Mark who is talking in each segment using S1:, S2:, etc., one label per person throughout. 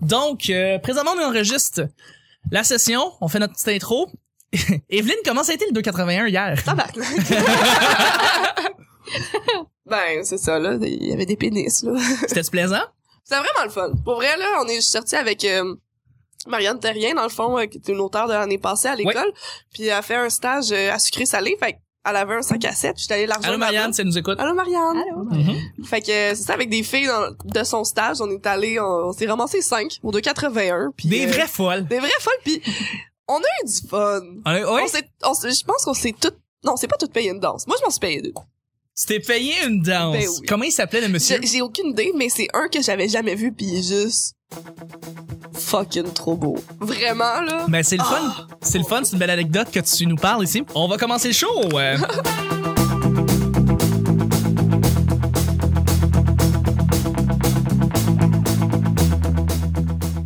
S1: Donc, euh, présentement, on enregistre la session, on fait notre petite intro. Evelyne, comment ça a été le 281 hier?
S2: Tabarnak. ben, c'est ça, là. Il y avait des pénis, là.
S1: C'était-tu plaisant?
S2: C'était vraiment le fun. Pour vrai, là, on est sorti avec euh, Marianne Terrien, dans le fond, euh, qui était une auteure de l'année passée à l'école. Puis elle a fait un stage euh, à sucré salé. Fait qu'elle avait un sac à 7. J'étais allée la
S1: Allô
S2: rejoindre
S1: Marianne, si elle nous écoute.
S2: là-bas. Allô, Marianne.
S3: Allô?
S1: Mhm.
S2: Fait que euh, c'est ça, avec des filles dans- de son stage, on est allé, on, on s'est ramassé 5 au 281. Puis,
S1: Des
S2: euh,
S1: vraies folles.
S2: Des vraies folles. Puis on a eu du fun.
S1: Ouais, ouais.
S2: On s'est- on s'est- je pense qu'on s'est toutes... Non, c'est pas toutes payé une danse. Moi, je m'en suis payé deux.
S1: Tu t'es payé une danse.
S2: Ben oui.
S1: Comment il s'appelait le monsieur?
S2: J'ai- J'ai aucune idée, mais c'est un que j'avais jamais vu, puis il est juste fucking trop beau. Vraiment, là.
S1: Ben c'est le fun. C'est le fun, c'est une belle anecdote que tu nous parles ici. On va commencer le show. euh.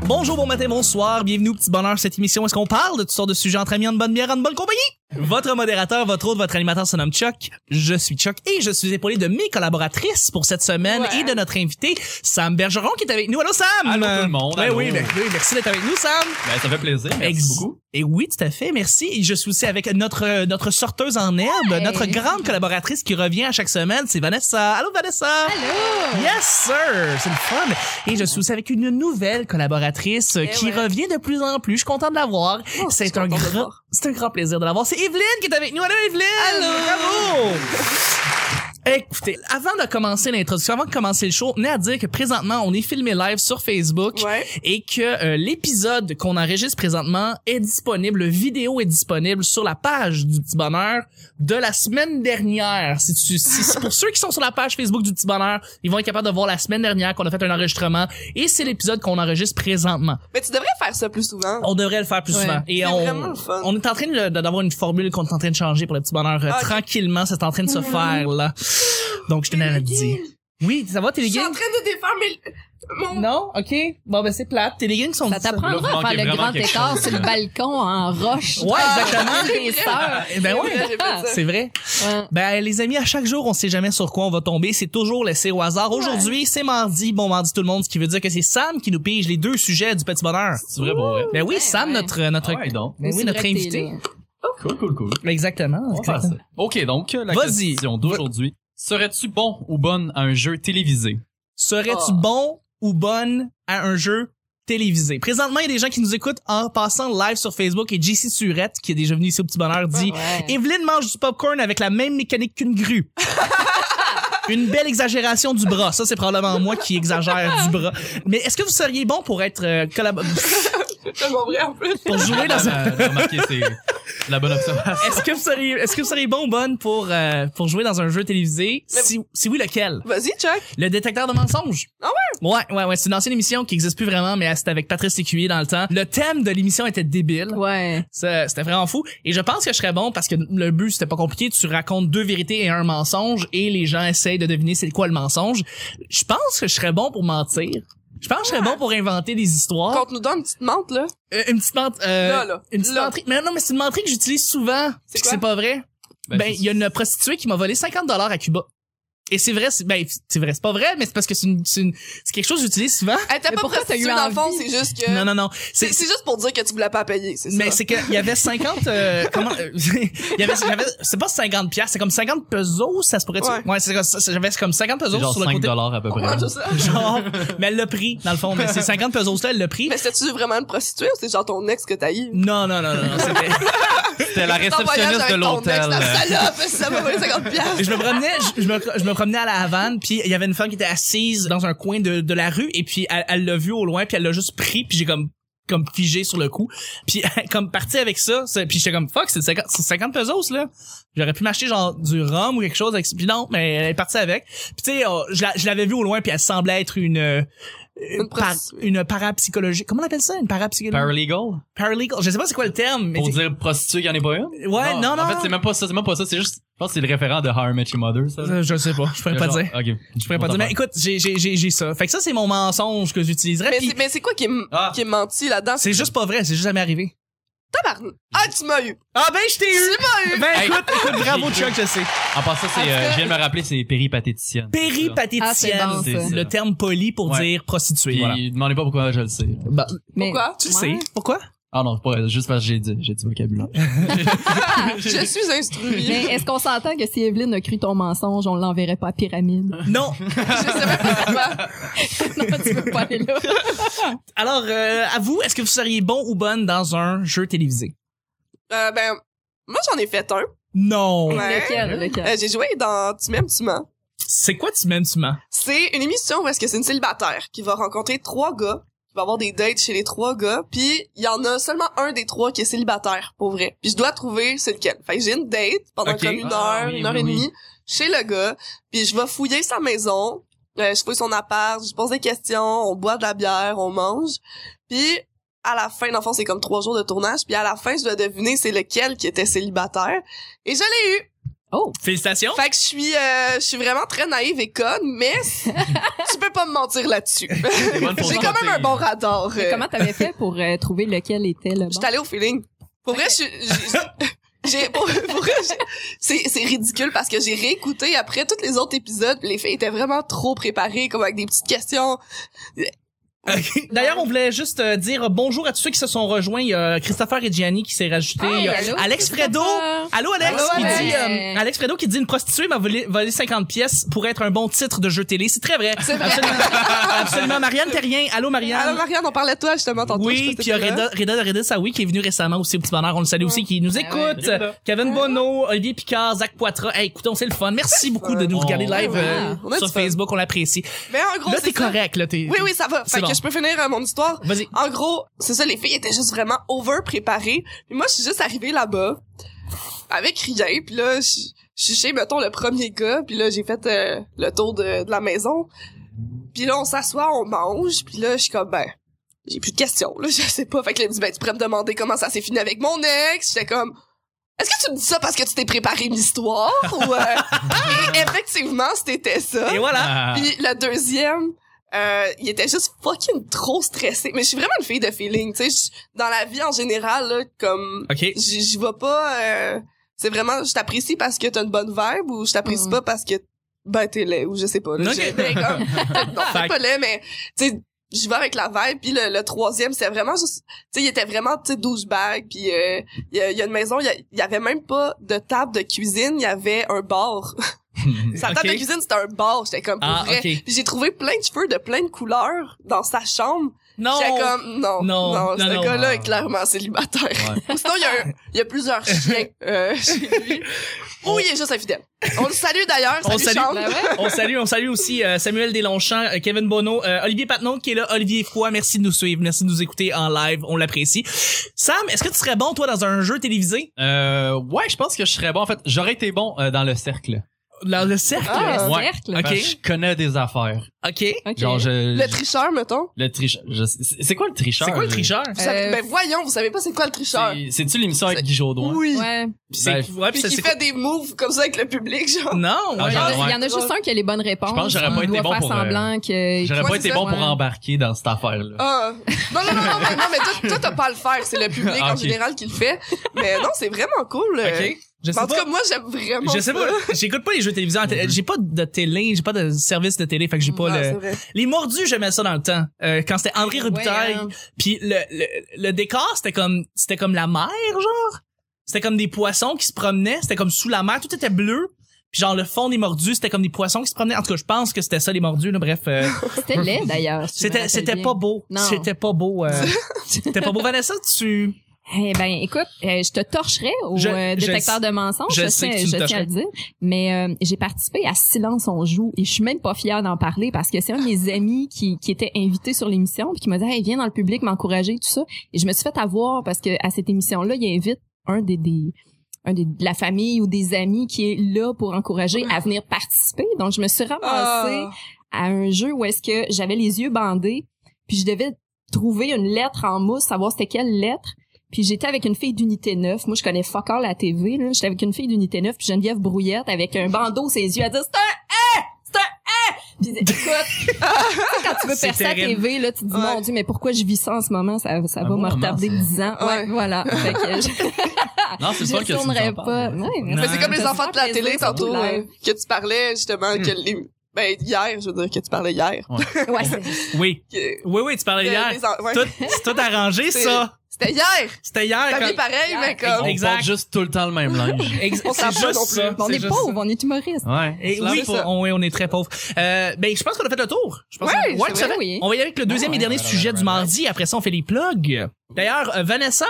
S1: Bonjour, bon matin, bonsoir, bienvenue au Petit Bonheur, cette émission où est-ce qu'on parle de toutes sortes de sujets entre amis, en bonne bière, en bonne compagnie. Votre modérateur, votre hôte, votre animateur se nomme Chuck. Je suis Chuck et je suis épaulé de mes collaboratrices pour cette semaine
S2: Ouais.
S1: et de notre invité, Sam Bergeron, qui est avec nous. Allô, Sam!
S4: Allô, tout le monde,
S1: Ben
S4: allô.
S1: oui, ben oui, merci d'être avec nous, Sam!
S4: Ben, ça fait plaisir. Merci
S1: Ex-
S4: beaucoup.
S1: Et oui, tout à fait. Merci. Et je suis aussi avec notre euh, notre sorteuse en herbe,
S3: Hey.
S1: notre grande collaboratrice qui revient à chaque semaine, c'est Vanessa. Allô Vanessa.
S3: Allô?
S1: Yes sir, c'est le fun. Et je suis aussi avec une nouvelle collaboratrice euh,
S2: Eh
S1: qui
S2: ouais.
S1: revient de plus en plus. Je suis content de la voir.
S2: Oh, je
S1: c'est
S2: suis
S1: un
S2: contente de
S1: grand
S2: voir.
S1: c'est un grand plaisir de la voir. C'est Evelyne qui est avec nous. Allô Evelyne.
S2: Allô.
S1: Bravo. Écoutez, avant de commencer l'introduction, avant de commencer le show, on est à dire que présentement, on est filmé live sur Facebook
S2: Ouais.
S1: et que euh, l'épisode qu'on enregistre présentement est disponible, le vidéo est disponible sur la page du Petit Bonheur de la semaine dernière. Si tu, si, si- pour ceux qui sont sur la page Facebook du Petit Bonheur, ils vont être capables de voir la semaine dernière qu'on a fait un enregistrement et c'est l'épisode qu'on enregistre présentement.
S2: Mais tu devrais faire ça plus souvent.
S1: On devrait le faire plus
S3: Ouais.
S1: souvent. Et
S2: C'est
S1: on,
S2: vraiment le fun.
S1: on est en train de- d'avoir une formule qu'on est en train de changer pour le Petit Bonheur. Euh,
S2: Ah, ok. Mm-hmm.
S1: Tranquillement, c'est en train de se faire là. Donc je tenais à le dire. Oui, ça va,
S2: Je suis
S1: Télégames?
S2: en train de défaire mes... mon...
S1: Non, ok. Bon ben c'est plate. Télégames sont
S3: Ça
S4: Là, vous
S3: t'apprendra à
S4: manquez
S3: faire le
S4: vraiment
S3: grand
S4: quelque
S3: écart
S4: chose,
S3: sur le
S4: là.
S3: balcon en roche.
S1: Ouais,
S3: Ah,
S1: exactement.
S3: des sœurs.
S1: Eh ben ouais.
S2: j'ai fait ça.
S1: C'est vrai.
S3: Ouais.
S1: Ben les amis, à chaque jour, on sait jamais sur quoi on va tomber. C'est toujours laissé au hasard. Aujourd'hui, c'est mardi. Bon mardi tout le monde, ce qui veut dire que c'est Sam qui nous pige les deux sujets du petit bonheur.
S4: C'est vrai pour vrai.
S1: Ben oui,
S3: Ouais,
S1: Sam,
S3: ouais.
S1: notre notre
S4: Ah ouais, donc.
S1: ben oui,
S3: C'est
S1: notre
S3: vrai que t'es
S1: invité. Ben,
S3: là.
S4: Cool, cool, cool.
S1: Exactement.
S4: On va faire ça. Ok, donc, euh, la
S1: Vas-y.
S4: question d'aujourd'hui. Serais-tu bon ou bonne à un jeu télévisé?
S1: Serais-tu
S2: Oh.
S3: Ah.
S1: bon ou bonne à un jeu télévisé? Présentement, il y a des gens qui nous écoutent en passant live sur Facebook et JC Surette, qui est déjà venu ici au Petit Bonheur, dit
S3: Ouais.
S1: Evelyne mange du popcorn avec la même mécanique qu'une grue. Une belle exagération du bras. Ça, c'est probablement moi qui exagère du bras. Mais est-ce que vous seriez bon pour être euh, collab-
S2: C'est mon vrai, en plus.
S1: pour jouer dans un...
S4: Euh, remarquez, c'est la bonne Ben, observation.
S1: Est-ce que vous seriez, est-ce que vous seriez bon ou bonne pour, euh, pour jouer dans un jeu télévisé?
S2: Mais-
S1: Si, si oui, lequel?
S2: Vas-y, Chuck.
S1: Le détecteur de mensonges.
S2: Ah
S1: ouais? Ouais, ouais, ouais. C'est une ancienne émission qui existe plus vraiment, mais c'était avec Patrice Lécuyer dans le temps. Le thème de l'émission était débile.
S3: Ouais.
S1: Ça, C'était vraiment fou. Et je pense que je serais bon parce que le but, c'était pas compliqué. Tu racontes deux vérités et un mensonge et les gens essayent de deviner c'est quoi le mensonge. Je pense que je serais bon pour mentir. Je pense que je serais bon pour inventer des histoires.
S2: Compte-nous donc une petite menthe, là.
S1: Euh, une petite mentrie.
S2: Là, là.
S1: Une petite
S2: Là.
S1: menterie. Mais non, mais c'est une menterie que j'utilise souvent. Puis que
S2: quoi?
S1: c'est pas vrai.
S4: Ben,
S1: Ben,
S4: c'est-
S1: il y a une prostituée qui m'a volé 50 dollars à Cuba. Et c'est vrai, c'est, ben, c'est vrai, c'est pas vrai, mais c'est parce que c'est une, c'est une- c'est quelque chose que j'utilise souvent.
S4: Euh,
S2: Hey, t'as
S3: Mais
S2: pas
S3: pourquoi t'as eu
S2: prostituée, dans le fond,
S3: envie?
S2: c'est juste que...
S1: Non, non, non.
S2: C'est c'est juste pour dire que tu voulais pas payer, c'est ça.
S1: Mais c'est que il y avait 50 euh, comment euh, il y avait j'avais c'est pas 50 pièces, c'est comme 50 pesos, ça se pourrait
S2: Ouais.
S1: Ouais, c'est c'est- j'avais comme 50
S4: c'est
S1: pesos
S4: genre
S1: sur le
S4: 5
S1: côté.
S4: dollars à peu près.
S2: Ouais, c'est ça.
S1: Genre mais elle l'a pris dans le fond, mais ces 50 pesos là, elle l'a pris.
S2: Mais c'était-tu vraiment une prostituée ou c'est genre ton ex que t'as eu?
S1: Non non non non, non c'était
S4: C'était la
S2: Ton voyage
S4: réceptionniste de
S2: avec ton ex,
S4: l'hôtel. euh,
S2: la salope, ça m'a volé 50 piastres.
S1: je me promenais je, je me, je me promenais à la Havane puis il y avait une femme qui était assise dans un coin de, de la rue et puis elle elle l'a vue au loin puis elle l'a juste pris puis j'ai comme comme figé sur le coup puis comme parti avec ça c'est- puis j'étais comme fuck c'est 50, c'est 50 pesos là j'aurais pu m'acheter genre du rhum ou quelque chose avec puis non mais elle est partie avec puis tu sais on- je la- je l'avais vue au loin puis elle semblait être une euh,
S2: Une
S1: par-
S2: prostituée.
S1: une parapsychologie comment on appelle ça une parapsychologie
S4: Paralegal?
S1: paralegal je sais pas c'est quoi le terme mais
S4: Pour
S1: t'es-
S4: dire prostituée, il y en a pas une?
S1: Ouais, non, non.
S4: En fait, c'est même pas ça, c'est même pas ça, c'est juste, je pense que c'est le référent de How I Met Your Mother, ça.
S1: Euh, je sais pas je pourrais pas
S4: Genre,
S1: dire
S4: Ok.
S1: je pourrais pas dire mais écoute j'ai j'ai j'ai j'ai ça fait que ça c'est mon mensonge que j'utiliserais
S2: Mais
S1: puis-
S2: c'est- mais c'est quoi qui est, m-
S4: Ah.
S2: qui est menti là-dedans?
S1: C'est juste pas vrai, c'est juste jamais arrivé.
S2: Tabarnak. Ah, tu m'as eu.
S1: Ah ben, je t'ai
S2: Tu
S1: eu!
S2: m'as eu.
S1: Ben
S4: Hey.
S1: écoute, écoute, bravo
S4: J'ai
S1: Chuck, je sais.
S4: En passant,
S3: En tout
S4: c'est, euh,
S3: cas-
S4: je viens de me rappeler, c'est péripatéticienne.
S3: Ah, c'est
S1: Péripatéticienne.
S3: bon,
S4: C'est ça.
S3: ça.
S1: le terme poli pour
S4: Ouais.
S1: dire prostituée.
S4: Puis,
S1: Voilà.
S4: demandez pas pourquoi je le sais.
S1: Bah,
S3: Mais-
S2: Pourquoi?
S1: tu le
S3: Ouais.
S1: sais. Pourquoi?
S4: Ah non, c'est pas vrai, juste parce que j'ai dit, j'ai dit vocabulaire.
S2: Je suis
S3: Mais
S2: instruit.
S3: est-ce qu'on s'entend que si Evelyne a cru ton mensonge, on l'enverrait pas à Pyramide?
S1: Non.
S2: je sais même pas pourquoi.
S3: non, tu veux pas aller là.
S1: Alors, euh, à vous, est-ce que vous seriez bon ou bonne dans un jeu télévisé?
S2: Euh, ben, moi, j'en ai fait un.
S1: Non.
S2: Ouais.
S3: Lequel, lequel?
S2: Euh, j'ai joué dans Tu m'aimes, tu mens.
S1: C'est quoi tu m'aimes, tu mens?
S2: C'est une émission où est-ce que c'est une célibataire qui va rencontrer trois gars, qui va avoir des dates chez les trois gars, puis il y en a seulement un des trois qui est célibataire, pour vrai. Puis je dois trouver c'est lequel. Fait que j'ai une date pendant
S1: Ok.
S2: comme une heure,
S4: Ah, oui,
S2: une heure
S4: oui,
S2: et
S4: oui.
S2: demie chez le gars, puis je vais fouiller sa maison, euh, je fouille son appart, je pose des questions, on boit de la bière, on mange, puis à la fin, dans le fond, c'est comme trois jours de tournage, puis à la fin, je dois deviner c'est lequel qui était célibataire, et je l'ai eu!
S3: Oh!
S1: Félicitations.
S2: Fait que je suis, euh, je suis vraiment très naïve et conne, mais tu peux pas me mentir là-dessus. J'ai
S4: bonne pour
S2: quand même
S4: mentir.
S2: un bon radar.
S3: Mais
S2: euh,
S3: comment t'avais fait pour euh, trouver lequel était le
S2: Je
S3: bon?
S2: suis allée au feeling. Pour vrai, je suis- j'ai- j'ai, pour, pour vrai, j'ai- c'est, c'est ridicule parce que j'ai réécouté après tous les autres épisodes, les filles étaient vraiment trop préparées, comme avec des petites questions.
S1: Ok. D'ailleurs, on voulait juste euh, dire bonjour à tous ceux qui se sont rejoints. Il y a Christopher et Gianni qui s'est rajouté.
S3: Hey,
S1: Il y a
S3: allô,
S1: Alex Fredo.
S3: Christopher.
S1: Allô Alex
S2: Allô,
S1: qui
S2: Alex.
S1: dit euh, Alex Fredo qui dit une prostituée m'a volé, volé 50 pièces pour être un bon titre de jeu télé. C'est très vrai.
S2: C'est vrai.
S1: Absolument. Absolument. Marianne Terrien. Allô Marianne.
S2: Alors, Marianne, on parlait de toi justement tantôt.
S1: oui,
S2: je sais pas si
S1: puis il y a
S2: t'étais là.
S1: Reda, Reda de Reda Saoui qui est venu récemment aussi au Petit Bonheur. On le salue aussi, qui nous
S3: Ah
S1: écoute.
S4: ouais. Reda.
S1: Kevin Bonneau, Olivier Picard, Zach Poitras. Hey, écoutons, c'est le fun. Merci beaucoup de nous
S4: Oh.
S1: regarder live
S2: Ouais,
S1: euh,
S2: on a
S1: sur
S2: du fun.
S1: Facebook. On l'apprécie.
S2: Mais en gros,
S1: Là,
S2: c'est
S1: t'es
S2: ça.
S1: correct. Là, t'es-
S2: Oui, oui, ça va.
S1: C'est
S2: Fait
S1: bon.
S2: que je peux finir euh, mon histoire.
S1: Vas-y.
S2: En gros, c'est ça, les filles étaient juste vraiment over préparées. Puis moi, je suis juste arrivée là-bas avec rien. Puis là, je je suis chez, mettons, le premier gars. Puis là, j'ai fait euh, le tour de, de la maison. Puis là, on s'assoit, on mange. Puis là, je suis comme, ben, j'ai plus de questions. Là, je sais pas. Fait que là, il dit, ben, tu pourrais me demander comment ça s'est fini avec mon ex. J'étais comme... Est-ce que tu me dis ça parce que tu t'es préparé une histoire ou euh, et effectivement c'était ça.
S1: Et voilà.
S4: Ah.
S2: Puis le deuxième, euh, il était juste fucking trop stressé. Mais je suis vraiment une fille de feeling, tu sais. je- Dans la vie en général, là, comme
S1: OK.
S2: j'y j'y vais pas. euh, c'est vraiment, je t'apprécie parce que t'as une bonne vibe ou je t'apprécie
S3: Mhm.
S2: pas parce que ben t'es laid ou je sais pas. Là,
S1: Ok.
S2: J'ai- ben, comme, non,
S1: Fait
S2: t'es pas laid, mais tu sais. J'y vais avec la vibe, puis le, le troisième, c'est vraiment juste... Tu sais, il était vraiment, tu sais, douchebag, puis euh, il y, a- il y a une maison, il y a- il y, avait même pas de table de cuisine, il y avait un bar. Sa table
S1: Ok.
S2: de cuisine, c'était un bar, j'étais comme, pour
S1: Ah,
S2: vrai.
S1: ok.
S2: Puis j'ai trouvé plein de cheveux de plein de couleurs dans sa chambre.
S1: Non.
S2: J'étais comme, non,
S1: Non, non,
S2: non, ce
S1: non.
S2: gars-là est clairement célibataire.
S4: Ouais.
S2: Ou sinon, il y, a un- il y a plusieurs chiens euh, chez lui. Ou il est juste infidèle. On le salue d'ailleurs,
S1: On
S2: salut,
S1: salue.
S2: Charles.
S3: Ben ouais.
S1: on salue, on salue aussi euh, Samuel Deslongchamps, euh, Kevin Bonneau, euh, Olivier Patnon qui est là, Olivier Foy, merci de nous suivre, merci de nous écouter en live, on l'apprécie. Sam, est-ce que tu serais bon toi dans un jeu télévisé
S4: Euh, ouais, je pense que je serais bon. En fait, j'aurais été bon euh, dans le cercle.
S1: dans le cercle
S3: Ah, le
S4: Ouais.
S3: cercle.
S1: Ok.
S4: Parce que je connais des affaires.
S2: Ah.
S1: OK.
S3: Ok.
S4: Genre, je,
S2: Le
S4: je-
S2: tricheur, mettons.
S4: le triche- je- c'est c'est quoi le tricheur?
S1: C'est quoi le
S4: Je-
S1: tricheur
S2: Vous savez-
S3: Euh,
S2: ben voyons, vous savez pas c'est quoi le tricheur?
S4: C'est- C'est-tu l'émission avec Guy Jodoin?
S2: Oui.
S3: Ouais.
S1: Puis c'est
S4: Ben,
S1: ouais, puis
S2: Puis
S1: ça,
S2: qui
S1: c'est
S2: fait des moves comme ça avec le public, genre.
S1: Non,
S4: Ah,
S1: ouais.
S3: Il y en a,
S4: ouais.
S3: il y en a juste un qui a les bonnes réponses.
S4: Je pense que j'aurais pas
S3: On
S4: été
S3: doit
S4: bon
S3: faire
S4: pour, euh,
S3: semblant que.
S4: J'aurais
S2: Ouais,
S4: pas été
S2: c'est
S4: bon
S2: ça.
S4: pour embarquer dans cette affaire-là.
S2: Ah. Non, non, non, non, mais, non, mais toi, toi, t'as pas à le faire. C'est le public en
S4: Ok.
S2: général qui le fait. Mais non, c'est vraiment cool. euh.
S1: Ah, OK. Je sais
S2: En tout
S1: pas.
S2: cas, moi, j'aime vraiment
S1: Je sais
S2: ça.
S1: pas, j'écoute pas les jeux télévisés. en télé- J'ai pas de télé, j'ai pas de service de télé, fait que j'ai pas
S2: Ah,
S1: le.
S2: c'est vrai.
S1: Les mordus, j'aimais ça dans le temps. Euh, quand c'était André Robitaille,
S3: Ouais, hein.
S1: puis le, le, le décor, c'était comme c'était comme la mer, genre. C'était comme des poissons qui se promenaient, c'était comme sous la mer, tout était bleu. Puis genre le fond des mordus, c'était comme des poissons qui se promenaient. En tout cas, je pense que c'était ça les mordus, là. bref. euh,
S3: C'était laid d'ailleurs. si je me
S1: c'était
S3: rappelle
S1: c'était
S3: bien.
S1: pas beau.
S3: Non.
S1: C'était pas beau. euh, c'était pas beau Vanessa, tu
S3: Eh ben, écoute, euh, je te torcherais au
S1: Je-
S3: euh,
S1: je
S3: détecteur de mensonges.
S1: je
S3: Je,
S1: sais
S3: tiens,
S1: que tu me
S3: je tiens à
S1: torcherais.
S3: le dire. Mais euh, j'ai participé à Silence on joue et je suis même pas fière d'en parler parce que c'est un de mes amis qui, qui était invité sur l'émission puis qui m'a dit hey viens dans le public m'encourager tout ça et je me suis fait avoir parce que à cette émission là il invite un des, des un des, de la famille ou des amis qui est là pour encourager à venir participer donc je me suis ramassée
S2: Ah.
S3: à un jeu où est-ce que j'avais les yeux bandés, puis je devais trouver une lettre en mousse, savoir c'était quelle lettre. Puis j'étais avec une fille d'unité 9. Moi, je connais fuck all la TV. Là. J'étais avec une fille d'unité 9, puis Geneviève Brouillette, avec un bandeau ses yeux, à dire « hein! C'est un « Puis écoute, tu sais, quand tu veux
S1: C'est
S3: percer à
S1: terrible.
S3: TV, là, tu te dis,
S2: Ouais.
S3: mon Dieu, mais pourquoi je vis ça en ce moment? Ça, ça
S4: Un
S3: va
S4: bon
S3: me
S4: moment,
S3: retarder
S4: ça.
S3: 10 ans. Ouais,
S2: Ouais.
S3: voilà. Fait que je,
S2: Ah,
S4: Non, c'est
S3: je
S4: sûr que tu nous en
S3: tournerai pas.
S4: parles.
S3: Ouais,
S1: Non.
S2: Mais c'est comme les
S3: Ah, Ça
S2: enfants
S3: fait
S2: de la
S3: plaisir,
S2: télé
S3: surtout
S2: tantôt euh,
S3: live.
S2: que tu parlais justement
S4: Hmm.
S2: que les ben hier, je veux dire que tu parlais hier.
S3: Ouais, c'est-
S1: Oui.
S2: que-
S1: Oui, oui, tu parlais
S2: que
S1: hier.
S2: les en- ouais.
S1: Tout- C'est tout arrangé,
S2: C'est-
S1: ça.
S2: C'était hier.
S1: C'était hier.
S2: T'as mis
S1: Quand...
S2: pareil
S3: Hier.
S2: mais
S4: On
S2: comme
S1: Exact.
S4: porte juste tout le temps le même linge.
S1: Ex-
S2: On s'en
S1: C'est
S2: va
S1: juste
S2: non plus.
S1: ça.
S3: on
S1: C'est
S3: est
S1: juste
S3: pauvre,
S1: ça.
S3: on est humoriste.
S4: Ouais.
S1: Et
S4: On se
S1: oui,
S4: lave
S2: ça.
S1: on, oui, on est très pauvre. Euh, ben, je pense qu'on a fait le tour. Je pense
S2: Ouais,
S1: qu'on-
S2: c'est
S1: ouais, tout à
S2: vrai,
S1: fait.
S3: oui.
S1: On va y aller avec le deuxième et
S4: Ouais,
S1: dernier
S4: ouais,
S1: sujet
S4: ouais,
S1: du
S4: ouais,
S1: mardi. Après ça, on fait les plugs. D'ailleurs, euh, Vanessa,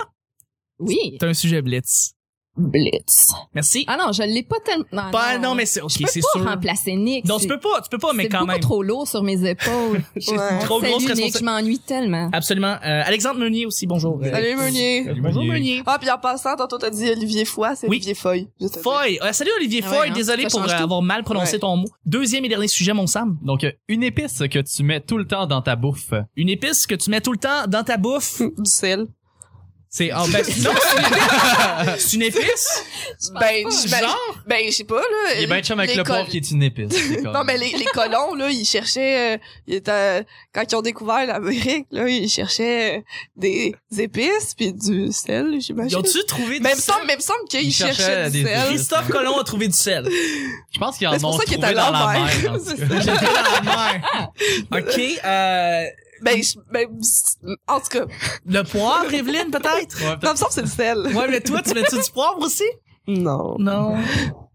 S3: Oui.
S1: t'as un sujet blitz.
S3: Blitz.
S1: Merci.
S3: Ah non, je l'ai pas tellement. Ah
S1: Pas- non. mais c'est ok,
S3: je peux
S1: c'est
S3: pas
S1: sûr.
S3: remplacer Nick.
S1: Non, tu
S3: C'est-
S1: peux pas, tu peux pas, mais
S3: c'est
S1: quand
S3: beaucoup
S1: même.
S3: trop lourd sur mes épaules.
S2: Ouais.
S1: Trop
S3: Salut,
S1: grosse
S3: Nick,
S1: responsabilité.
S3: Je m'ennuie tellement.
S1: Absolument. Euh, Alexandre Meunier aussi, bonjour.
S2: Salut Meunier.
S4: Salut,
S1: Bonjour
S4: Meunier.
S1: Meunier.
S2: Ah puis en passant tantôt t'as dit Olivier Foy, c'est
S1: Oui.
S2: Olivier Foy. Je te dis.
S1: Foy. Euh, salut Olivier
S3: Ah
S1: Foy,
S3: ouais, hein,
S1: désolé
S3: ça
S1: pour
S3: change
S1: euh,
S3: tout.
S1: avoir mal prononcé
S2: Ouais.
S1: ton mot. Deuxième et dernier sujet, mon Sam.
S4: Donc, euh, une épice que tu mets tout le temps dans ta bouffe.
S2: Euh,
S1: Une épice que tu mets tout le temps dans ta bouffe.
S2: Du sel.
S1: C'est ah, ben, non, c'est une épice. C'est une épice.
S2: Ben j'imagine-
S1: Genre.
S2: ben je sais pas là.
S4: Il est bien chum avec
S2: les
S4: le
S2: col-
S4: porc qui est une épice. c'est comme-
S2: Non mais les, les colons là, ils cherchaient euh, ils étaient- quand ils ont découvert l'Amérique là, ils cherchaient euh, des épices puis du sel,
S1: Ils
S2: j'imagine.
S1: ont-tu trouvé
S2: Même
S1: du
S2: semble, même semble qu'ils
S4: Ils
S2: cherchaient,
S4: cherchaient
S2: du
S4: des
S2: sel.
S4: épices.
S1: Christophe Colomb a trouvé du sel.
S4: Je pense qu'ils en
S2: Mais c'est pour
S4: ont
S2: ça qu'il est
S4: trouvé dans
S2: à
S4: la
S2: l'envers.
S4: mer. en tout
S2: C'est
S4: cas.
S1: J'étais dans la mer. OK. Euh,
S2: Ben, je- ben, psst, en tout cas,
S1: le poivre, Evelyne, peut-être?
S4: Ouais,
S2: dans
S4: peut-être.
S2: le sens, c'est le sel.
S1: Ouais, mais toi, tu mets-tu du poivre aussi?
S2: Non,
S1: Non.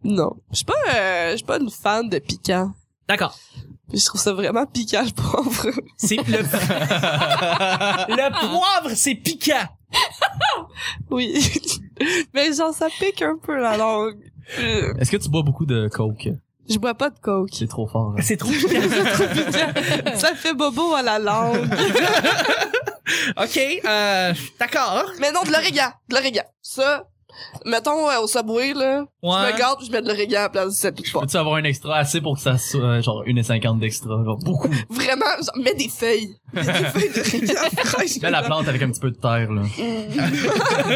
S2: non. Je suis pas, euh, je suis pas une fan de piquant.
S1: D'accord.
S2: Puis Je trouve ça vraiment piquant, le pauvre.
S1: C'est le... le poivre, c'est piquant.
S2: Oui. Mais genre, ça pique un peu la langue. Euh,
S4: Est-ce que tu bois beaucoup de coke?
S2: Je bois pas de coke.
S4: C'est trop fort. hein.
S1: C'est trop piquant.
S2: Ça fait bobo à la langue.
S1: OK. Euh, d'accord.
S2: Mais non, de l'origan. De l'origan. Ça, mettons, euh, au Subway, là, je me garde puis je mets de l'origan à la place du sel puis du poivre.
S4: Peux-tu avoir un extra assez pour que ça soit euh, genre 1,50 d'extra? Genre beaucoup.
S2: Vraiment, genre, mets des feuilles. Mets des feuilles d'origan. fraîches
S4: Là, la
S2: dedans.
S4: plante avec un petit peu de terre, là.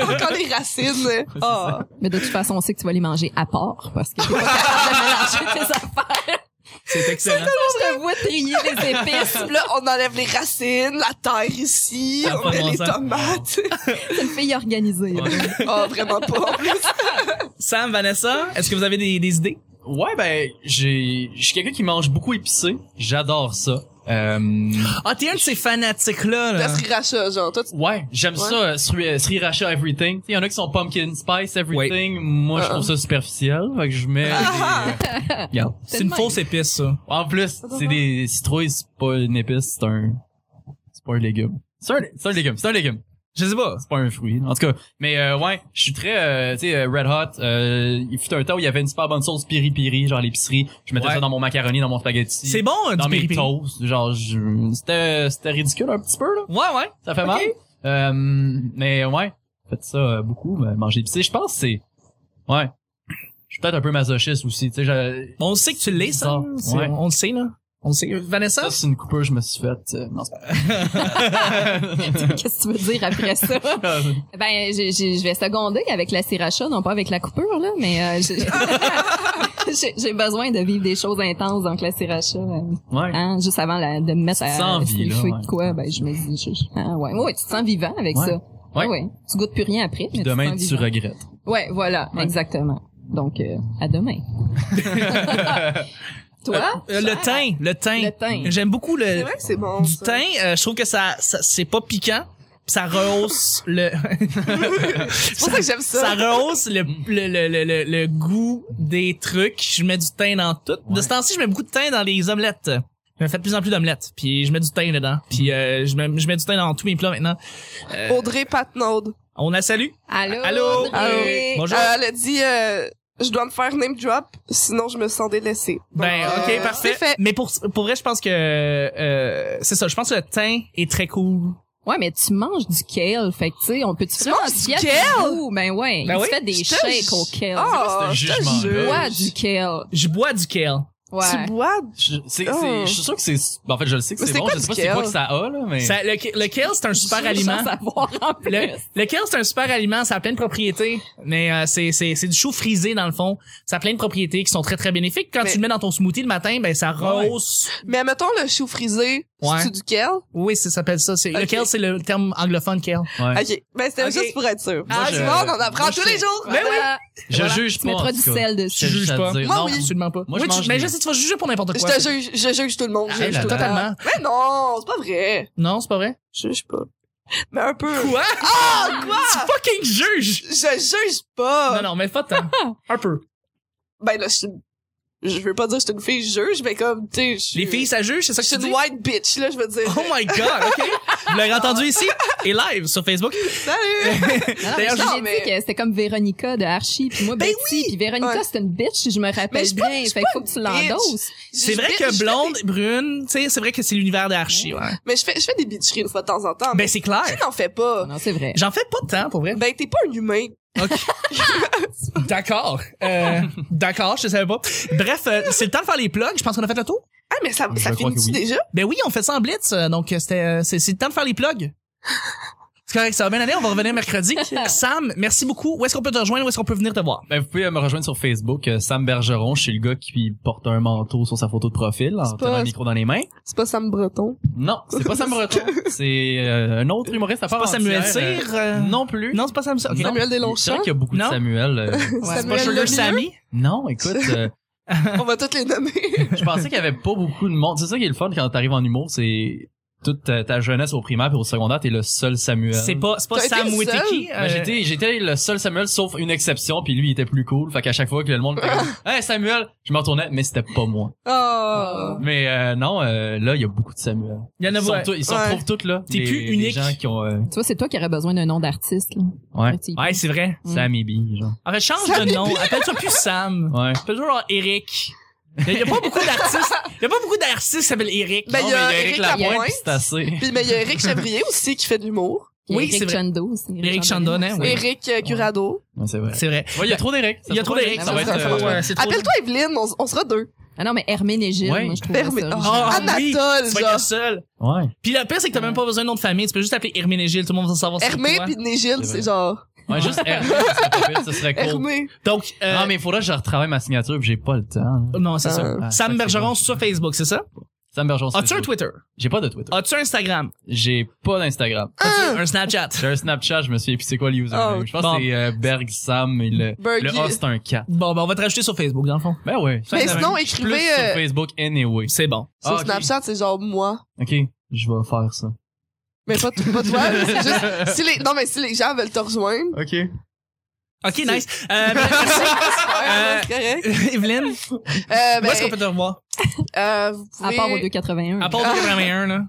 S2: Encore les racines. euh, Ah.
S3: Mais de toute façon, on sait que tu vas les manger à part parce que t'es pas capable de mélanger tes affaires.
S1: C'est excellent.
S3: Je te vois trier les épices.
S2: Puis Là, on enlève les racines, la terre ici,
S4: Ça a
S2: on
S4: pas de
S2: met
S4: bon
S2: les
S4: sens.
S2: tomates.
S3: C'est une fille organisée. là.
S2: Ah, vraiment pas. en plus.
S1: Sam, Vanessa, est-ce que vous avez des, des idées?
S4: Ouais, ben, j'ai, je suis quelqu'un qui mange beaucoup épicé. J'adore ça. Euh,
S1: Ah, t'es un de ces fanatiques-là. là.
S2: La sriracha, genre. Toi, tu...
S4: ouais, j'aime
S2: Ouais.
S4: ça, euh, sri- sriracha everything. Il y en a qui sont pumpkin spice everything. Moi, je
S2: Ah,
S4: trouve ça superficiel. Fait que je mets des- Regarde.
S1: C'est une
S3: Tellement.
S1: fausse épice, ça.
S4: En plus, c'est des citrouilles, c'est pas une épice, c'est un, c'est pas un légume. C'est un, c'est un légume, c'est un légume.
S1: Je sais pas.
S4: C'est pas un fruit. En tout cas, mais euh, ouais, je suis très, euh, tu sais, euh, red hot. Euh, il fut un temps où il y avait une super bonne sauce piri piri, genre à l'épicerie. Je mettais
S1: Ouais.
S4: ça dans mon macaroni, dans mon spaghetti.
S1: C'est bon, euh,
S4: dans
S1: du
S4: mes
S1: piri-piri.
S4: toasts. Genre, je- c'était, c'était ridicule un petit peu, là.
S1: Ouais, ouais.
S4: Ça fait
S1: Ok.
S4: mal. Euh, mais ouais, faites ça euh, beaucoup, euh, manger épicé. Je pense que c'est, ouais. Je suis peut-être un peu masochiste aussi, tu sais, je-
S1: On sait que tu l'es, ça.
S4: Ouais.
S1: C'est- On on le sait, là. On le sait. Vanessa?
S4: ça, c'est une coupeur que je me suis faite. euh, non, c'est pas-
S3: Qu'est-ce que tu veux dire après ça? Ben, j'ai- j'ai- je vais seconder avec la sriracha, non pas avec la coupure, là, mais euh, j'ai- j'ai- j'ai besoin de vivre des choses intenses, donc la sriracha, euh,
S4: ouais.
S3: hein, juste avant la- de me mettre à
S4: Tu te sens
S3: sur le
S4: vie, là,
S3: feu,
S4: ouais.
S3: quoi, ben je me dis, je- ah ouais, ouais, tu te sens vivant avec
S4: Ouais.
S3: ça. Ah
S4: Ouais.
S3: ouais. Tu goûtes plus rien après.
S4: Puis
S3: mais te
S4: demain,
S3: sens
S4: tu
S3: vivant.
S4: regrettes.
S3: Ouais, voilà,
S4: Ouais.
S3: exactement. Donc, euh, à demain. Toi?
S1: Euh, le
S3: Cher?
S1: thym, le thym.
S3: Le thym.
S1: J'aime beaucoup
S2: C'est
S1: le
S2: vrai que c'est bon.
S1: du
S2: ça.
S1: thym. euh, je trouve que ça, ça- c'est pas piquant. pis Ça rehausse le
S2: C'est pour ça que j'aime ça.
S1: ça rehausse le, le, le, le, le- le goût des trucs. Je mets du thym dans tout. De
S4: Ouais.
S1: ce temps-ci, je mets beaucoup de thym dans les omelettes. Je me fais de plus en plus d'omelettes, puis je mets du thym dedans. Puis euh, je, mets, je mets du thym dans tous mes plats maintenant.
S2: Euh, Audrey Patnaud.
S1: On la salue.
S3: Allô?
S1: Allô?
S3: Audrey?
S2: Allô?
S1: Bonjour.
S2: elle a dit, euh, je dois me faire name drop, sinon je me sens délaissée.
S1: Ben,
S2: Donc,
S1: ok,
S2: euh,
S1: parfait.
S2: c'est fait.
S1: Mais pour pour vrai, je pense que euh, c'est ça. Je pense que le thym est très cool.
S3: Ouais, mais tu manges du kale, fait que tu sais, on peut-tu
S2: Tu
S3: faire
S2: manges
S3: un
S2: du
S3: fiat
S2: kale?
S3: goût? Ben ouais,
S1: Ben
S3: tu
S1: oui.
S3: fais des
S2: Je te
S3: shakes
S2: ju-
S3: au kale.
S2: Ah,
S4: C'est quoi ce
S2: je te
S4: jugement-là?
S2: jure.
S3: Bois du kale.
S1: Je bois du kale.
S2: Tu bois?
S4: Je, c'est-
S2: Oh.
S4: c'est- je suis sûr que c'est. ben, En fait, je le sais que
S2: Mais
S4: c'est
S2: c'est
S4: bon.
S2: quoi
S4: Je sais
S2: du
S4: pas c'est
S2: kale?
S4: quoi que ça a, là, mais.
S1: Ça- le, le kale, c'est un super aliment.
S3: savoir en plus.
S2: Ben
S1: Le, le kale, c'est un super aliment, ça a plein de propriétés, mais euh, c'est, c'est, c'est du chou frisé dans le fond. Ça a plein de propriétés qui sont très très bénéfiques. Quand
S2: Mais-
S1: tu le mets dans ton smoothie le matin, ben ça
S4: Ouais.
S1: rose.
S2: Mais mettons le chou frisé,
S1: Ouais.
S2: c'est duquel?
S1: Oui, ça s'appelle ça. C'est, Le
S2: Ok.
S1: kale, c'est le terme anglophone kale.
S4: Ouais.
S2: Ok. Ben, c'était
S1: Ok.
S2: juste pour être sûr.
S1: Ah,
S2: Ah,
S4: je-
S2: tu vois, on en apprend
S1: moi,
S2: tous
S1: je-
S2: les jours.
S1: Ben oui.
S4: Je
S1: Voilà.
S4: juge
S3: Tu
S4: pas. en
S3: mettras
S4: tout
S3: du
S4: cas.
S3: sel
S1: Je
S4: Je
S3: dessus.
S1: juge
S4: juge
S1: pas.
S4: pas.
S2: Moi,
S4: non,
S2: oui.
S1: Absolument pas.
S4: Moi, je
S1: Oui, tu-
S4: mange
S1: mais
S4: des-
S1: je sais, tu vas juger pour n'importe
S2: Je
S1: quoi.
S2: te juge, je juge tout le monde.
S1: Ah,
S2: je juge
S4: là
S2: tout le
S4: là.
S1: totalement.
S2: temps. Mais non, c'est pas vrai.
S1: Non, c'est pas vrai.
S2: Je juge pas. Mais un peu.
S1: Quoi?
S2: Ah, quoi?
S1: Fucking juge!
S2: Je juge pas.
S1: Non, non, mais pas tant. Un peu.
S2: Ben là, je suis une- Je veux pas dire que je suis une fille, je juge, mais comme, tu sais, je suis-
S1: Les filles, ça juge, c'est ça que
S2: Je suis
S1: tu
S2: une
S1: dis?
S2: white bitch, là, je veux dire.
S1: Oh my god, ok. Vous l'avez entendu ici et live sur Facebook.
S2: Salut!
S3: Non, non,
S1: D'ailleurs,
S3: je t'avais
S2: je- mais-
S3: dit que c'était comme Véronica de Archie, puis moi,
S2: Ben
S3: Betty, puis Véronica,
S2: Ouais.
S3: c'est une bitch, si je me
S2: Mais
S3: rappelle
S2: je suis pas-
S3: bien.
S2: je suis
S3: Fait
S2: pas
S3: qu'il faut que tu
S2: une
S3: l'endosses.
S1: C'est
S2: Je-
S1: vrai
S2: je- je
S1: que
S2: fais
S1: blonde,
S2: des-
S1: brune, tu sais, c'est vrai que c'est l'univers de Archie, ouais.
S2: Mais je fais, je fais des bitcheries une fois de temps en temps.
S1: Ben
S2: Ah, Mais
S1: c'est clair.
S2: tu n'en fais pas.
S3: Non, c'est vrai.
S1: J'en fais pas de temps, pour vrai.
S2: Ben, t'es pas un humain.
S1: D'accord. Euh, D'accord, je savais pas. Bref, euh, c'est le temps de faire les plugs. Je pense qu'on a fait le tour.
S2: Ah, mais ça,
S4: Je
S2: ça
S4: crois que
S2: finit-tu
S4: oui.
S2: déjà?
S1: Ben oui, on fait ça en blitz, euh, donc euh, c'était, euh, c'est c'est le temps de faire les plugs. C'est correct, ça va bien aller. On va revenir mercredi. Sam, merci beaucoup. Où est-ce qu'on peut te rejoindre? Où est-ce qu'on peut venir te voir?
S4: Ben, vous pouvez euh, me rejoindre sur Facebook, euh, Sam Bergeron. Je suis le gars qui porte un manteau sur sa photo de profil en
S2: C'est pas-
S4: tenant le micro dans les mains.
S2: C'est pas Sam Breton.
S4: Non, c'est pas Sam Breton. C'est euh, un autre humoriste à
S1: C'est
S4: part
S1: pas Samuel
S4: entière, euh,
S1: Cyr? Oh, euh,
S4: Non plus.
S1: Non, c'est pas Samuel Cyr. ok.
S4: Non.
S2: Samuel
S4: C'est
S2: Deslongchamps.
S4: vrai qu'il y a beaucoup
S1: Non.
S4: de Samuel. euh,
S1: C'est pas
S2: Samuel
S1: Sugar
S2: Lemieux.
S1: Sammy?
S4: Non, écoute, euh,
S2: On va toutes les nommer.
S4: je pensais qu'il y avait pas beaucoup de monde. C'est ça qui est le fun quand t'arrives en humour, c'est toute ta, ta jeunesse au primaire puis au secondaire, t'es le seul Samuel.
S1: C'est pas, c'est pas
S2: T'as été
S1: Sam euh,
S2: le seul?
S1: Witeki?
S4: Ben, j'étais j'étais le seul Samuel sauf une exception puis lui il était plus cool fait qu'à chaque fois que le monde était comme hey Samuel je me retournais mais c'était pas moi
S2: Oh.
S4: mais euh, non euh, là il y a beaucoup de Samuel
S1: Ah. Il y en a
S4: ils, sont
S1: ouais.
S4: tous- ils se
S2: Ouais.
S4: retrouvent tous là
S1: T'es
S4: les-
S1: plus
S4: les
S1: unique.
S4: gens qui ont euh,
S3: Tu vois, c'est toi qui aurais besoin d'un nom d'artiste, là.
S4: ouais
S3: Tu-
S1: Ouais, c'est vrai.
S3: Mm.
S4: Sammy B genre
S1: En fait, change
S2: Sam
S1: de nom. Appelle-toi plus Sam.
S4: ouais
S1: Appelle-toi genre Eric. Il y a pas beaucoup d'artistes. Il y a pas beaucoup d'artistes qui s'appellent Eric.
S2: Ben, il y a
S4: mais
S2: Éric
S4: Lapointe,
S2: Lapointe.
S4: puis c'est assez
S2: Puis, mais il y a Eric Chabrier aussi qui fait de l'humour.
S3: Puis
S1: Oui,
S3: Eric
S1: c'est vrai.
S3: Chando aussi.
S1: Eric Chando, hein, oui.
S2: Eric euh, Curado.
S4: ouais, c'est vrai
S1: C'est vrai.
S4: Ouais, il y a trop d'Éric
S1: Il y a trop d'Eric.
S4: ça va
S2: ça, ça
S4: être
S2: va
S4: euh,
S1: c'est trop-
S2: Appelle-toi Evelyne, on, on sera deux.
S3: Ah non, mais Hermine et Gilles,
S4: Ouais.
S3: moi, je trouve
S2: Hermine- Oh.
S3: ça original.
S1: Ah, oui.
S2: Anatole,
S1: Tu vas être
S2: genre.
S1: le seul.
S4: ouais
S1: Puis le pire, c'est que t'as même pas besoin de nom de famille. Tu peux juste t'appeler Herménégil. Tout le monde va savoir c'est
S2: Hermé
S1: toi.
S2: puis Négil,
S4: C'est
S2: c'est
S4: vrai.
S2: genre.
S4: ouais juste Éric ça serait pas pire, ça serait cool
S2: Hermé.
S1: Donc, euh,
S4: non mais il faudrait que je retravaille ma signature puis j'ai pas le temps là.
S1: non, c'est ça.
S2: Euh,
S4: Ah, ça,
S1: Sam
S4: c'est
S1: Bergeron
S4: bon.
S1: sur Facebook, c'est ça?
S4: Sam Bergeron sur
S1: As-tu un
S4: Facebook.
S1: Twitter?
S4: j'ai pas de Twitter
S1: As-tu un Instagram?
S4: j'ai pas d'Instagram
S2: Ah.
S1: As-tu un Snapchat?
S4: J'ai un Snapchat, je me souviens plus c'est quoi le username.
S2: Oh,
S4: je pense
S1: bon.
S4: que c'est euh, Berg Sam et le,
S2: Bergy.
S4: le A c'est un 4.
S1: Bon, ben, on va te rajouter sur Facebook, dans le fond.
S4: Ben ouais.
S2: Mais
S1: ça va.
S2: sinon,
S4: Plus
S2: écrivez
S4: sur
S2: euh,
S4: Facebook anyway.
S1: C'est bon.
S2: sur
S4: Ah, ok.
S2: Snapchat, c'est genre moi.
S4: Ok, je vais faire ça.
S2: Mais pas, t- pas toi, c'est juste. Si les, non, mais si les gens veulent te rejoindre.
S4: Ok.
S1: OK, nice. Euh, merci.
S2: Ouais, c'est correct.
S1: Evelyne,
S2: Euh,
S1: où est-ce
S2: ben,
S1: qu'on peut te revoir?
S2: euh, vous
S3: À
S2: pouvez-
S3: part au 281.
S1: À part le 81, là.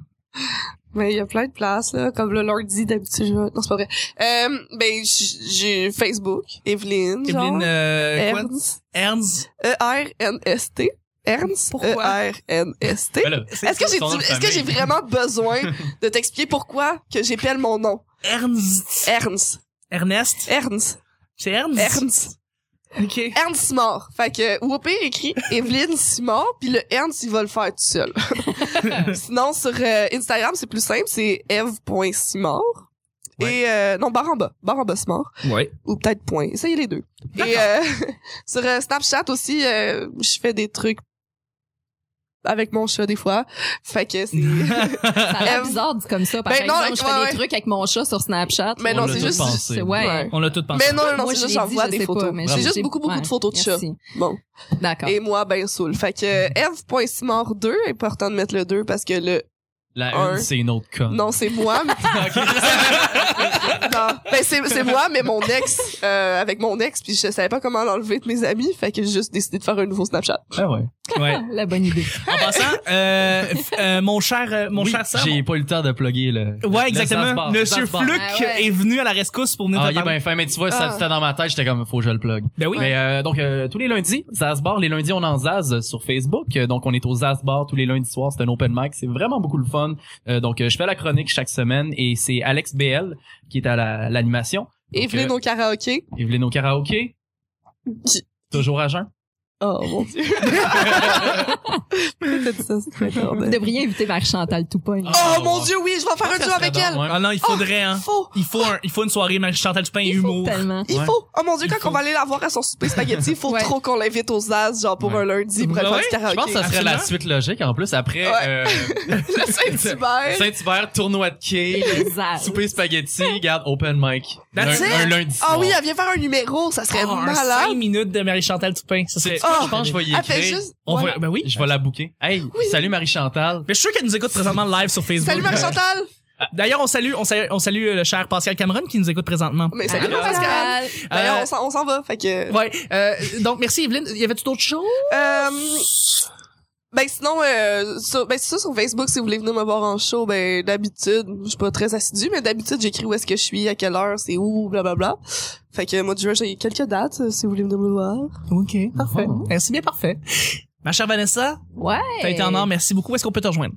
S2: Mais il y a plein de places, là. Comme le Lord dit d'habitude, je vais- Non, c'est pas vrai. Euh, ben, j- j'ai Facebook, Evelyne. genre.
S1: Evelyne, euh, quoi?
S2: Ernst.
S1: Ernst.
S2: E-R-N-S-T. Ernst.
S1: Pourquoi?
S2: E-R-N-S-T.
S4: Ben là,
S2: Est-ce que j'ai
S4: son nom de
S2: dit- est-ce que j'ai
S4: famille.
S2: vraiment besoin de t'expliquer pourquoi que j'épelle mon nom?
S1: Ernst.
S2: Ernst.
S1: Ernest.
S2: Ernst.
S1: C'est Ernst?
S2: Ernst.
S1: OK.
S2: Ernst Simard. Fait que, ou au pire, écrit Evelyne Simard, puis le Ernst, il va le faire tout seul. Sinon, sur euh, Instagram, c'est plus simple, c'est eve.simard. Et, euh, non, barre en bas, barre en bas Simard.
S1: Ouais.
S2: Ou peut-être point. Essayez les deux. Et
S1: D'accord.
S2: euh, sur euh, Snapchat aussi, euh, je fais des trucs avec mon chat des fois. Fait que c'est...
S3: Ça a l'air
S2: Euh,
S3: bizarre dit comme ça. Par
S2: ben non,
S3: exemple, je fais
S2: ouais,
S3: des
S2: ouais.
S3: trucs avec mon chat sur Snapchat.
S2: Mais
S4: On
S2: non,
S4: l'a
S2: c'est
S4: tous
S2: juste...
S4: pensé.
S3: C'est-
S4: Ouais.
S3: Ouais.
S2: Ouais.
S1: On l'a tout pensé.
S2: Mais non, non,
S3: Moi,
S2: c'est
S3: je
S2: juste
S3: l'ai
S2: j'envoie
S3: dit, je
S2: des
S3: sais
S2: photos.
S3: pas, mais
S2: J'ai
S4: Bravo.
S2: juste beaucoup, beaucoup
S3: ouais,
S2: de photos de chats.
S3: merci.
S2: Bon.
S3: D'accord.
S2: Et moi, ben saoul. Fait que Eve.simard 2, important de mettre le 2 parce que le
S4: La
S2: Un.
S4: une, c'est une autre con.
S2: Non, c'est moi. mais- non, ben c'est c'est moi, mais mon ex, euh, avec mon ex, puis je savais pas comment l'enlever de mes amis, fait que j'ai juste décidé de faire un nouveau Snapchat.
S4: Ah ouais.
S1: Ouais.
S3: Ah, La bonne idée.
S1: En passant, euh, f- euh, mon cher, euh, mon
S4: Oui,
S1: cher Sam.
S4: J'ai pas eu le temps de plugger le.
S1: Ouais,
S4: le
S1: exactement.
S4: Sasbar,
S1: Monsieur
S4: Sasbar.
S1: Fluc
S3: Ah ouais.
S1: est venu à la rescousse pour venir
S4: Ah,
S1: te
S4: il est
S1: parler.
S4: bien fin, mais tu vois, ça
S2: Ah.
S4: c'était dans ma tête, j'étais comme, faut que je le plug.
S1: Ben oui.
S4: Mais euh, donc euh, tous les lundis, Zazbar, les lundis on est en Zaz euh, sur Facebook. Euh, donc on est au Zazbar tous les lundis soirs, c'est un open mic, c'est vraiment beaucoup le fun. Euh, donc euh, je fais la chronique chaque semaine et c'est Alex BL qui est à la- l'animation.
S2: Evelyne
S4: euh,
S2: au karaoké.
S4: Evelyne au karaoké.
S2: Qui-
S4: Toujours à jeun.
S2: Oh mon dieu. Pourquoi t'as dit ça, c'est très fort,
S3: Vous
S2: hein?
S3: devriez inviter Marie-Chantal Toupin.
S2: Oh, mon dieu, oui, je vais faire un duo avec elle.
S1: Ah non, il faudrait, hein.
S2: Faut.
S1: Il faut, un- il faut une soirée Marie Chantal Dupin et
S3: Il faut
S1: humour.
S3: tellement.
S2: Il
S4: Ouais.
S2: faut. Oh mon dieu,
S1: Il
S2: quand
S1: faut.
S2: on va aller la voir à son souper spaghetti, il faut
S3: Ouais.
S2: trop qu'on l'invite aux As, genre pour
S4: Ouais.
S2: un lundi, pour
S1: Bah
S2: aller faire
S1: ouais,
S2: du
S4: Je pense
S2: karaoké.
S4: que ça serait la
S1: absolument.
S4: suite logique. En plus, après
S2: Ouais.
S4: euh,
S2: Le Saint-Hubert.
S4: Saint-Hubert, tournoi de quai,
S2: Ah,
S3: Exact.
S4: souper spaghetti, garde open mic.
S1: That's
S4: Lun-
S1: it?
S4: un lundi
S2: Ah
S4: soir.
S2: oui, elle vient faire un numéro, ça serait
S1: Oh, un
S2: malade.
S1: 5 minutes de Marie Chantal Dupin. Ça, c'est.
S4: C'est-
S2: Ah,
S4: je pense que je vais y
S2: Elle fait
S4: écrire.
S2: juste.
S1: On
S2: Oh, Ouais.
S1: va- ben oui.
S4: Je vais la booker. Hey, salut Marie-Chantal.
S1: Mais je suis sûr qu'elle nous écoute présentement live sur Facebook. Euh,
S2: Salut Marie-Chantal.
S1: D'ailleurs, on salue, on salue, on salue euh, le cher Pascal Cameron qui nous écoute présentement.
S2: Mais salut
S4: Allô.
S2: Pascal. D'ailleurs,
S1: Euh,
S2: on s'en- on s'en va. Fait que.
S1: Ouais. euh, donc, merci Evelyne. Y avait-tu d'autres choses?
S2: Euh, ben sinon, euh, sur- ben c'est ça sur Facebook, si vous voulez venir me voir en show, ben d'habitude, je suis pas très assidue, mais d'habitude j'écris où est-ce que je suis, à quelle heure, c'est où, blablabla. Fait que moi du j'ai quelques dates, euh, si vous voulez venir me voir.
S1: Ok, parfait. Merci Eh, bien, parfait. Ma chère Vanessa,
S3: Ouais.
S1: t'as été en or, merci beaucoup. Où est-ce qu'on peut te rejoindre?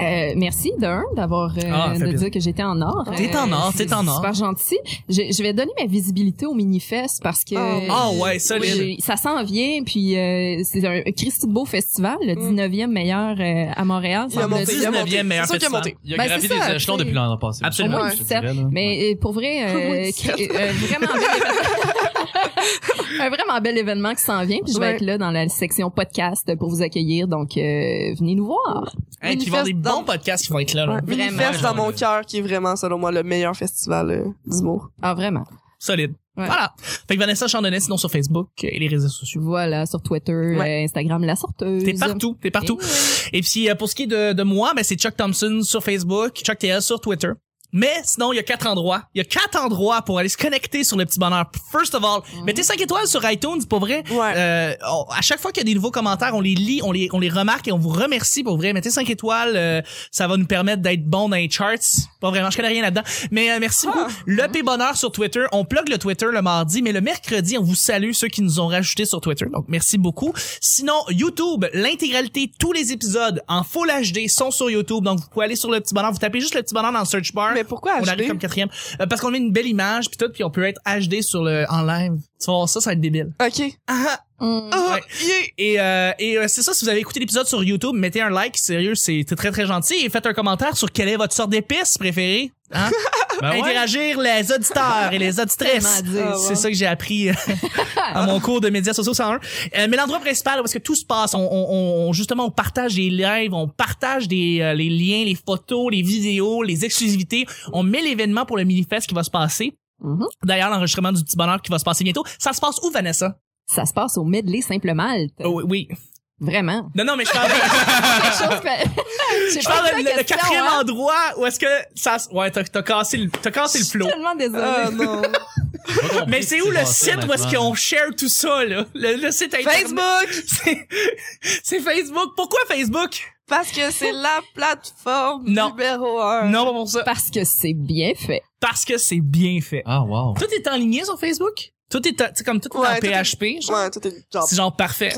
S3: Euh, merci d'un d'avoir euh,
S1: Ah, ça fait
S3: de
S1: plaisir.
S3: dire que j'étais en or.
S1: T'es en or,
S3: c'est
S1: t'es en or.
S3: Super gentil. Je, je vais donner ma visibilité au mini-fest parce que
S2: Oh.
S1: Ah ouais, solide.
S3: j'ai- ça s'en vient puis euh, c'est un Christy Beau festival, le
S2: Mm.
S3: 19e meilleur euh, à Montréal.
S2: Il a
S3: semble-
S2: monté, il a
S1: 19e
S2: monté.
S1: meilleur
S2: C'est sûr qu'il
S1: festival.
S2: a monté.
S4: Ah, Il a
S3: Ben,
S4: gravi
S3: c'est
S4: des
S3: ça,
S4: échelons
S3: tu sais.
S4: depuis l'an passé.
S1: Absolument.
S4: Au moins, je te
S3: Ouais.
S4: dirais, là.
S3: Mais euh, pour vrai, euh,
S2: Oui, c'est
S3: cré- euh, vraiment bel- un vraiment bel événement qui s'en vient. Puis je vais
S2: Ouais.
S3: être là dans la section podcast pour vous accueillir. Donc euh, venez nous voir.
S1: Hey, puis il va y avoir des
S2: Manifeste dans-
S1: bons podcasts qui vont être là. là.
S3: Vraiment.
S2: Minifest dans mon
S4: Ouais.
S2: cœur, qui est vraiment, selon moi, le meilleur festival euh, d'humour.
S3: Ah vraiment.
S1: Solide.
S3: Ouais.
S1: Voilà. Fait que Vanessa Chandonnet, sinon sur Facebook euh, et les réseaux sociaux.
S3: Voilà sur Twitter,
S2: Ouais.
S3: euh, Instagram, la sorteuse.
S1: T'es partout, t'es partout.
S3: Eh oui.
S1: Et puis euh, pour ce qui est de, de moi, ben c'est Chuck Thompson sur Facebook, Chuck TL sur Twitter. Mais sinon, il y a quatre endroits. Il y a quatre endroits pour aller se connecter sur le petit bonheur. First of all, mettez 5 étoiles sur iTunes, pour vrai.
S2: Ouais.
S1: Euh, on- à chaque fois qu'il y a des nouveaux commentaires, on les lit, on les, on les remarque et on vous remercie pour vrai. Mettez 5 étoiles, euh, ça va nous permettre d'être bon dans les charts. Pas vraiment, je connais rien là-dedans. Mais euh, merci beaucoup. Le P Bonheur sur Twitter. On plug le Twitter le mardi, mais le mercredi, on vous salue ceux qui nous ont rajoutés sur Twitter. Donc, merci beaucoup. Sinon, YouTube, l'intégralité, tous les épisodes en full HD sont sur YouTube. Donc, vous pouvez aller sur le Petit Bonheur. Vous tapez juste le Petit Bonheur dans le search bar.
S2: Mais pourquoi
S1: on arrive
S2: acheter?
S1: comme quatrième. Euh, parce qu'on met une belle image puis tout, puis on peut être HD sur le en live. Tu vas voir ça, ça va être débile.
S2: Ok.
S1: Ah,
S3: Mm.
S2: Ah,
S1: Ouais.
S2: yeah.
S1: et, euh, et euh, c'est ça, si vous avez écouté l'épisode sur YouTube, mettez un like, sérieux, c'est c'est très très gentil. Et faites un commentaire sur quelle est votre sorte d'épice préférée. Hein?
S4: Ben ouais.
S1: Interagir les auditeurs et les
S3: Tellement à
S1: auditrices.
S3: dire.
S1: C'est ça que j'ai appris euh, à mon cours de médias sociaux 101. Euh, mais l'endroit principal où est-ce que tout se passe, on, on- on- justement on partage les lives, on partage des, euh, les liens, les photos, les vidéos, les exclusivités. On met l'événement pour le mini-fest qui va se passer.
S3: Mhm.
S1: D'ailleurs, l'enregistrement du petit bonheur qui va se passer bientôt. Ça se passe où, Vanessa?
S3: Ça se passe au Medley Simple Malte.
S1: Oh, oui.
S3: Vraiment.
S1: Non, non, mais je parle...
S3: Quelque chose fait- J'ai
S1: Je
S3: pas
S1: parle
S3: vu
S1: le,
S3: la
S1: le
S3: question,
S1: quatrième
S3: hein.
S1: endroit où est-ce que ça s- ouais t'as t'as cassé le t'as cassé le
S3: Je
S1: flow
S3: suis tellement désolée.
S1: Euh,
S2: Ah, non.
S4: J'ai pas compris
S1: mais
S4: ce
S1: c'est
S4: qui
S1: où
S4: s'est
S1: le
S4: passé,
S1: site où est-ce
S4: honnêtement.
S1: qu'on share tout ça là le, le site internet
S2: Facebook!
S1: c'est c'est Facebook pourquoi Facebook
S2: Parce que c'est la plateforme
S1: Non.
S2: numéro un.
S1: non pas pour ça
S3: Parce que c'est bien fait.
S1: parce que c'est bien fait
S4: Ah, wow.
S1: tout est en ligne sur Facebook tout est en- tu sais, comme tout est
S2: Ouais,
S1: en
S2: tout est-
S1: PHP genre.
S2: Ouais, tout est genre.
S1: c'est genre parfait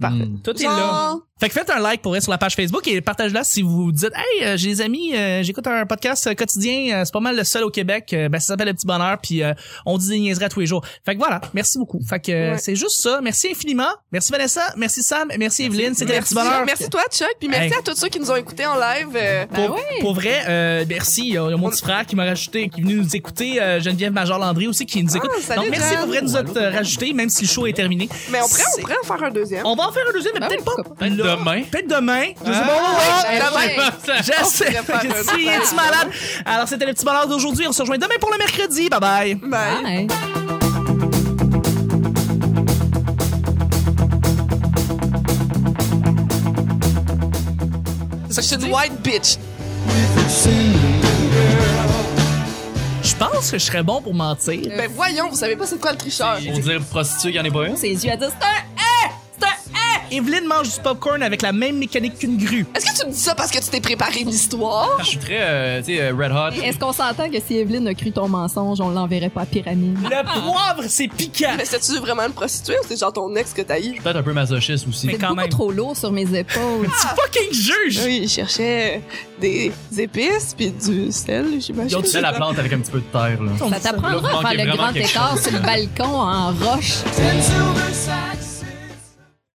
S2: Parfait.
S4: Mm.
S1: tout est là
S2: Genre,
S1: Fait que faites un like pour être sur la page Facebook et partagez-la si vous dites Hey, euh, j'ai des amis, euh, j'écoute un podcast euh, quotidien, euh, c'est pas mal le seul au Québec, euh, ben ça s'appelle Le Petit Bonheur, puis euh, on dit des niaiseries à tous les jours. Fait que voilà, merci beaucoup. Fait que euh,
S2: Ouais.
S1: c'est juste ça. Merci infiniment. Merci Vanessa, merci Sam, merci Evelyne, c'était Le Petit
S2: Merci,
S1: Bonheur.
S2: merci toi, Chuck, puis merci
S1: Hey.
S2: à tous ceux qui nous ont écoutés en live. euh,
S3: Ben
S1: Pour,
S3: ouais.
S1: pour vrai, euh, merci. Il y a mon petit frère qui m'a rajouté, qui est venu nous écouter. euh, Geneviève Major Landry aussi qui nous écoute.
S2: Ah, salut,
S1: Donc merci
S2: Jeanne.
S1: pour vrai de nous autres euh, rajouter, même si le show est terminé.
S2: Mais on pourrait,
S1: C'est-
S2: on pourrait en faire un deuxième.
S1: On va en faire un deuxième, mais
S3: Ben
S1: peut-être
S3: oui,
S1: pas.
S4: Peut-être
S1: là.
S4: demain.
S1: Peut-être demain. Je sais pas.
S2: ouais,
S3: Ben
S2: Ah, ouais.
S3: ouais.
S1: Je sais.
S2: pourrait faire un
S1: Si, es-tu malade? Alors, c'était le petit bonheur d'aujourd'hui. On se rejoint demain pour le mercredi. Bye bye.
S2: Bye.
S3: Bye.
S2: Je suis une white bitch.
S1: Euh, Je pense que je serais bon pour mentir.
S2: Ben voyons, vous savez pas c'est quoi le tricheur.
S4: Pour dire prostituée, il y en a pas une.
S3: Ses yeux à dire c'est un
S1: Evelyne mange du popcorn avec la même mécanique qu'une grue.
S2: Est-ce que tu me dis ça parce que tu t'es préparé une histoire?
S4: Je suis très, euh, tu sais, euh, red hot.
S3: Est-ce qu'on s'entend que si Evelyne a cru ton mensonge, on l'enverrait pas à Pyramide?
S1: Le poivre, c'est piquant.
S2: Mais c'est-tu vraiment une prostituée ou c'est genre ton ex que t'as eu?
S4: Peut-être un peu masochiste aussi.
S1: Mais
S3: C'est
S1: quand
S3: beaucoup
S1: même.
S3: trop lourd sur mes épaules.
S1: Tu fucking juge.
S2: Oui, il cherchait des épices puis du sel,
S4: Ils
S2: j'imagine.
S4: ont tué la plante avec un petit peu de terre, là.
S3: Ça
S1: Là,
S3: t'apprendra
S4: vous
S3: à
S4: manquez
S3: faire le
S4: vraiment
S3: grand
S4: quelque
S3: écart
S4: chose.
S3: sur le balcon en roche.
S2: Ten silver sacks.